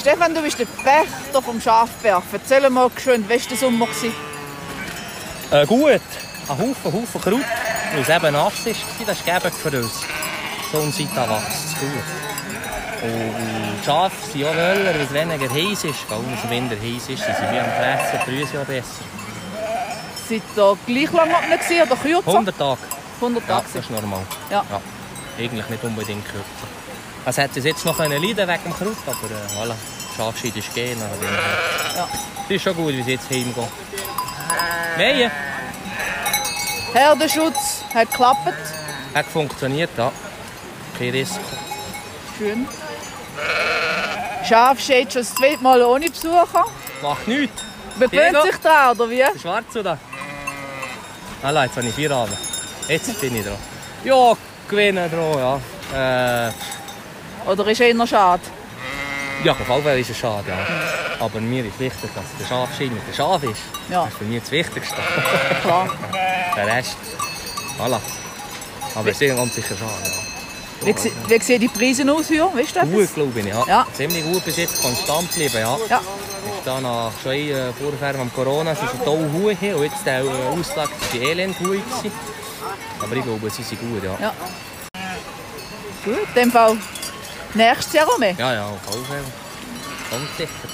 Stefan, du bist der Pächter vom Schafberg. Erzähl mal schön, wie war der Sommer? gewesen? Äh, gut, ein Haufen, Haufen Kraut, weil es eben nass war. Das ist gegeben für uns. So und seit da wächst es gut. Und die Schafe sind auch wöhler, weil es weniger heiß ist. Weil es minder heiß ist, sind sie wie am Fressen, grüßen ja besser. Seid ihr gleich lang oben gewesen oder kürzer? 100 Tage, 100 ja, Tage. das ist normal. Ja. Ja. Eigentlich nicht unbedingt kürzer. Es hätte es jetzt noch können leiden wegen dem Kraut, aber äh, voilà. Schafscheid ist gehen. Ja. Ja. Es ist schon gut, wie sie jetzt heimgehen. Mähen Herdenschutz hat geklappt. hat funktioniert, ja. Kein Risiko. Schön. Schaf steht schon das zweite Mal ohne Besucher. Macht nichts. Man gewöhnt Diego? sich dran, oder wie? Der Schwarze da. Alla, jetzt habe ich vier Abend. Jetzt bin ich dran. Ja, gewinnen dran, ja. Äh, Oder ist eher schade? ja, auf jeden Fall ist es schade, ja. Aber mir ist wichtig, dass der Schafschein mit der Schaf ist. Ja. Das ist für mich das Wichtigste. Klar. der Rest, voilà. Aber es ist ganz sicher schade, ja. Wie, sie- wie sehen die Preise aus hier? Weißt du etwas? Gut, glaube ich, ja. Ja. Ziemlich gut bis jetzt, konstant bleiben, ja. Ja. Ist dann nach schon ein äh, vorher am Corona sind sie toll hoch und jetzt der äh, Ausschlag ist die elend hoch gewesen. Aber ich glaube, sie sind gut, ja. Ja. Gut, in dem Fall nächstes Jahr auch mehr. Ja, ja, auf jeden Fall. Ganz sicher.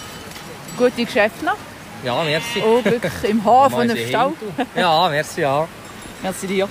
Gute Geschäfte noch. Ja, merci. Oh, wirklich im Mal Hafen, im sehen. Stall. Ja, merci, ja. Merci dir.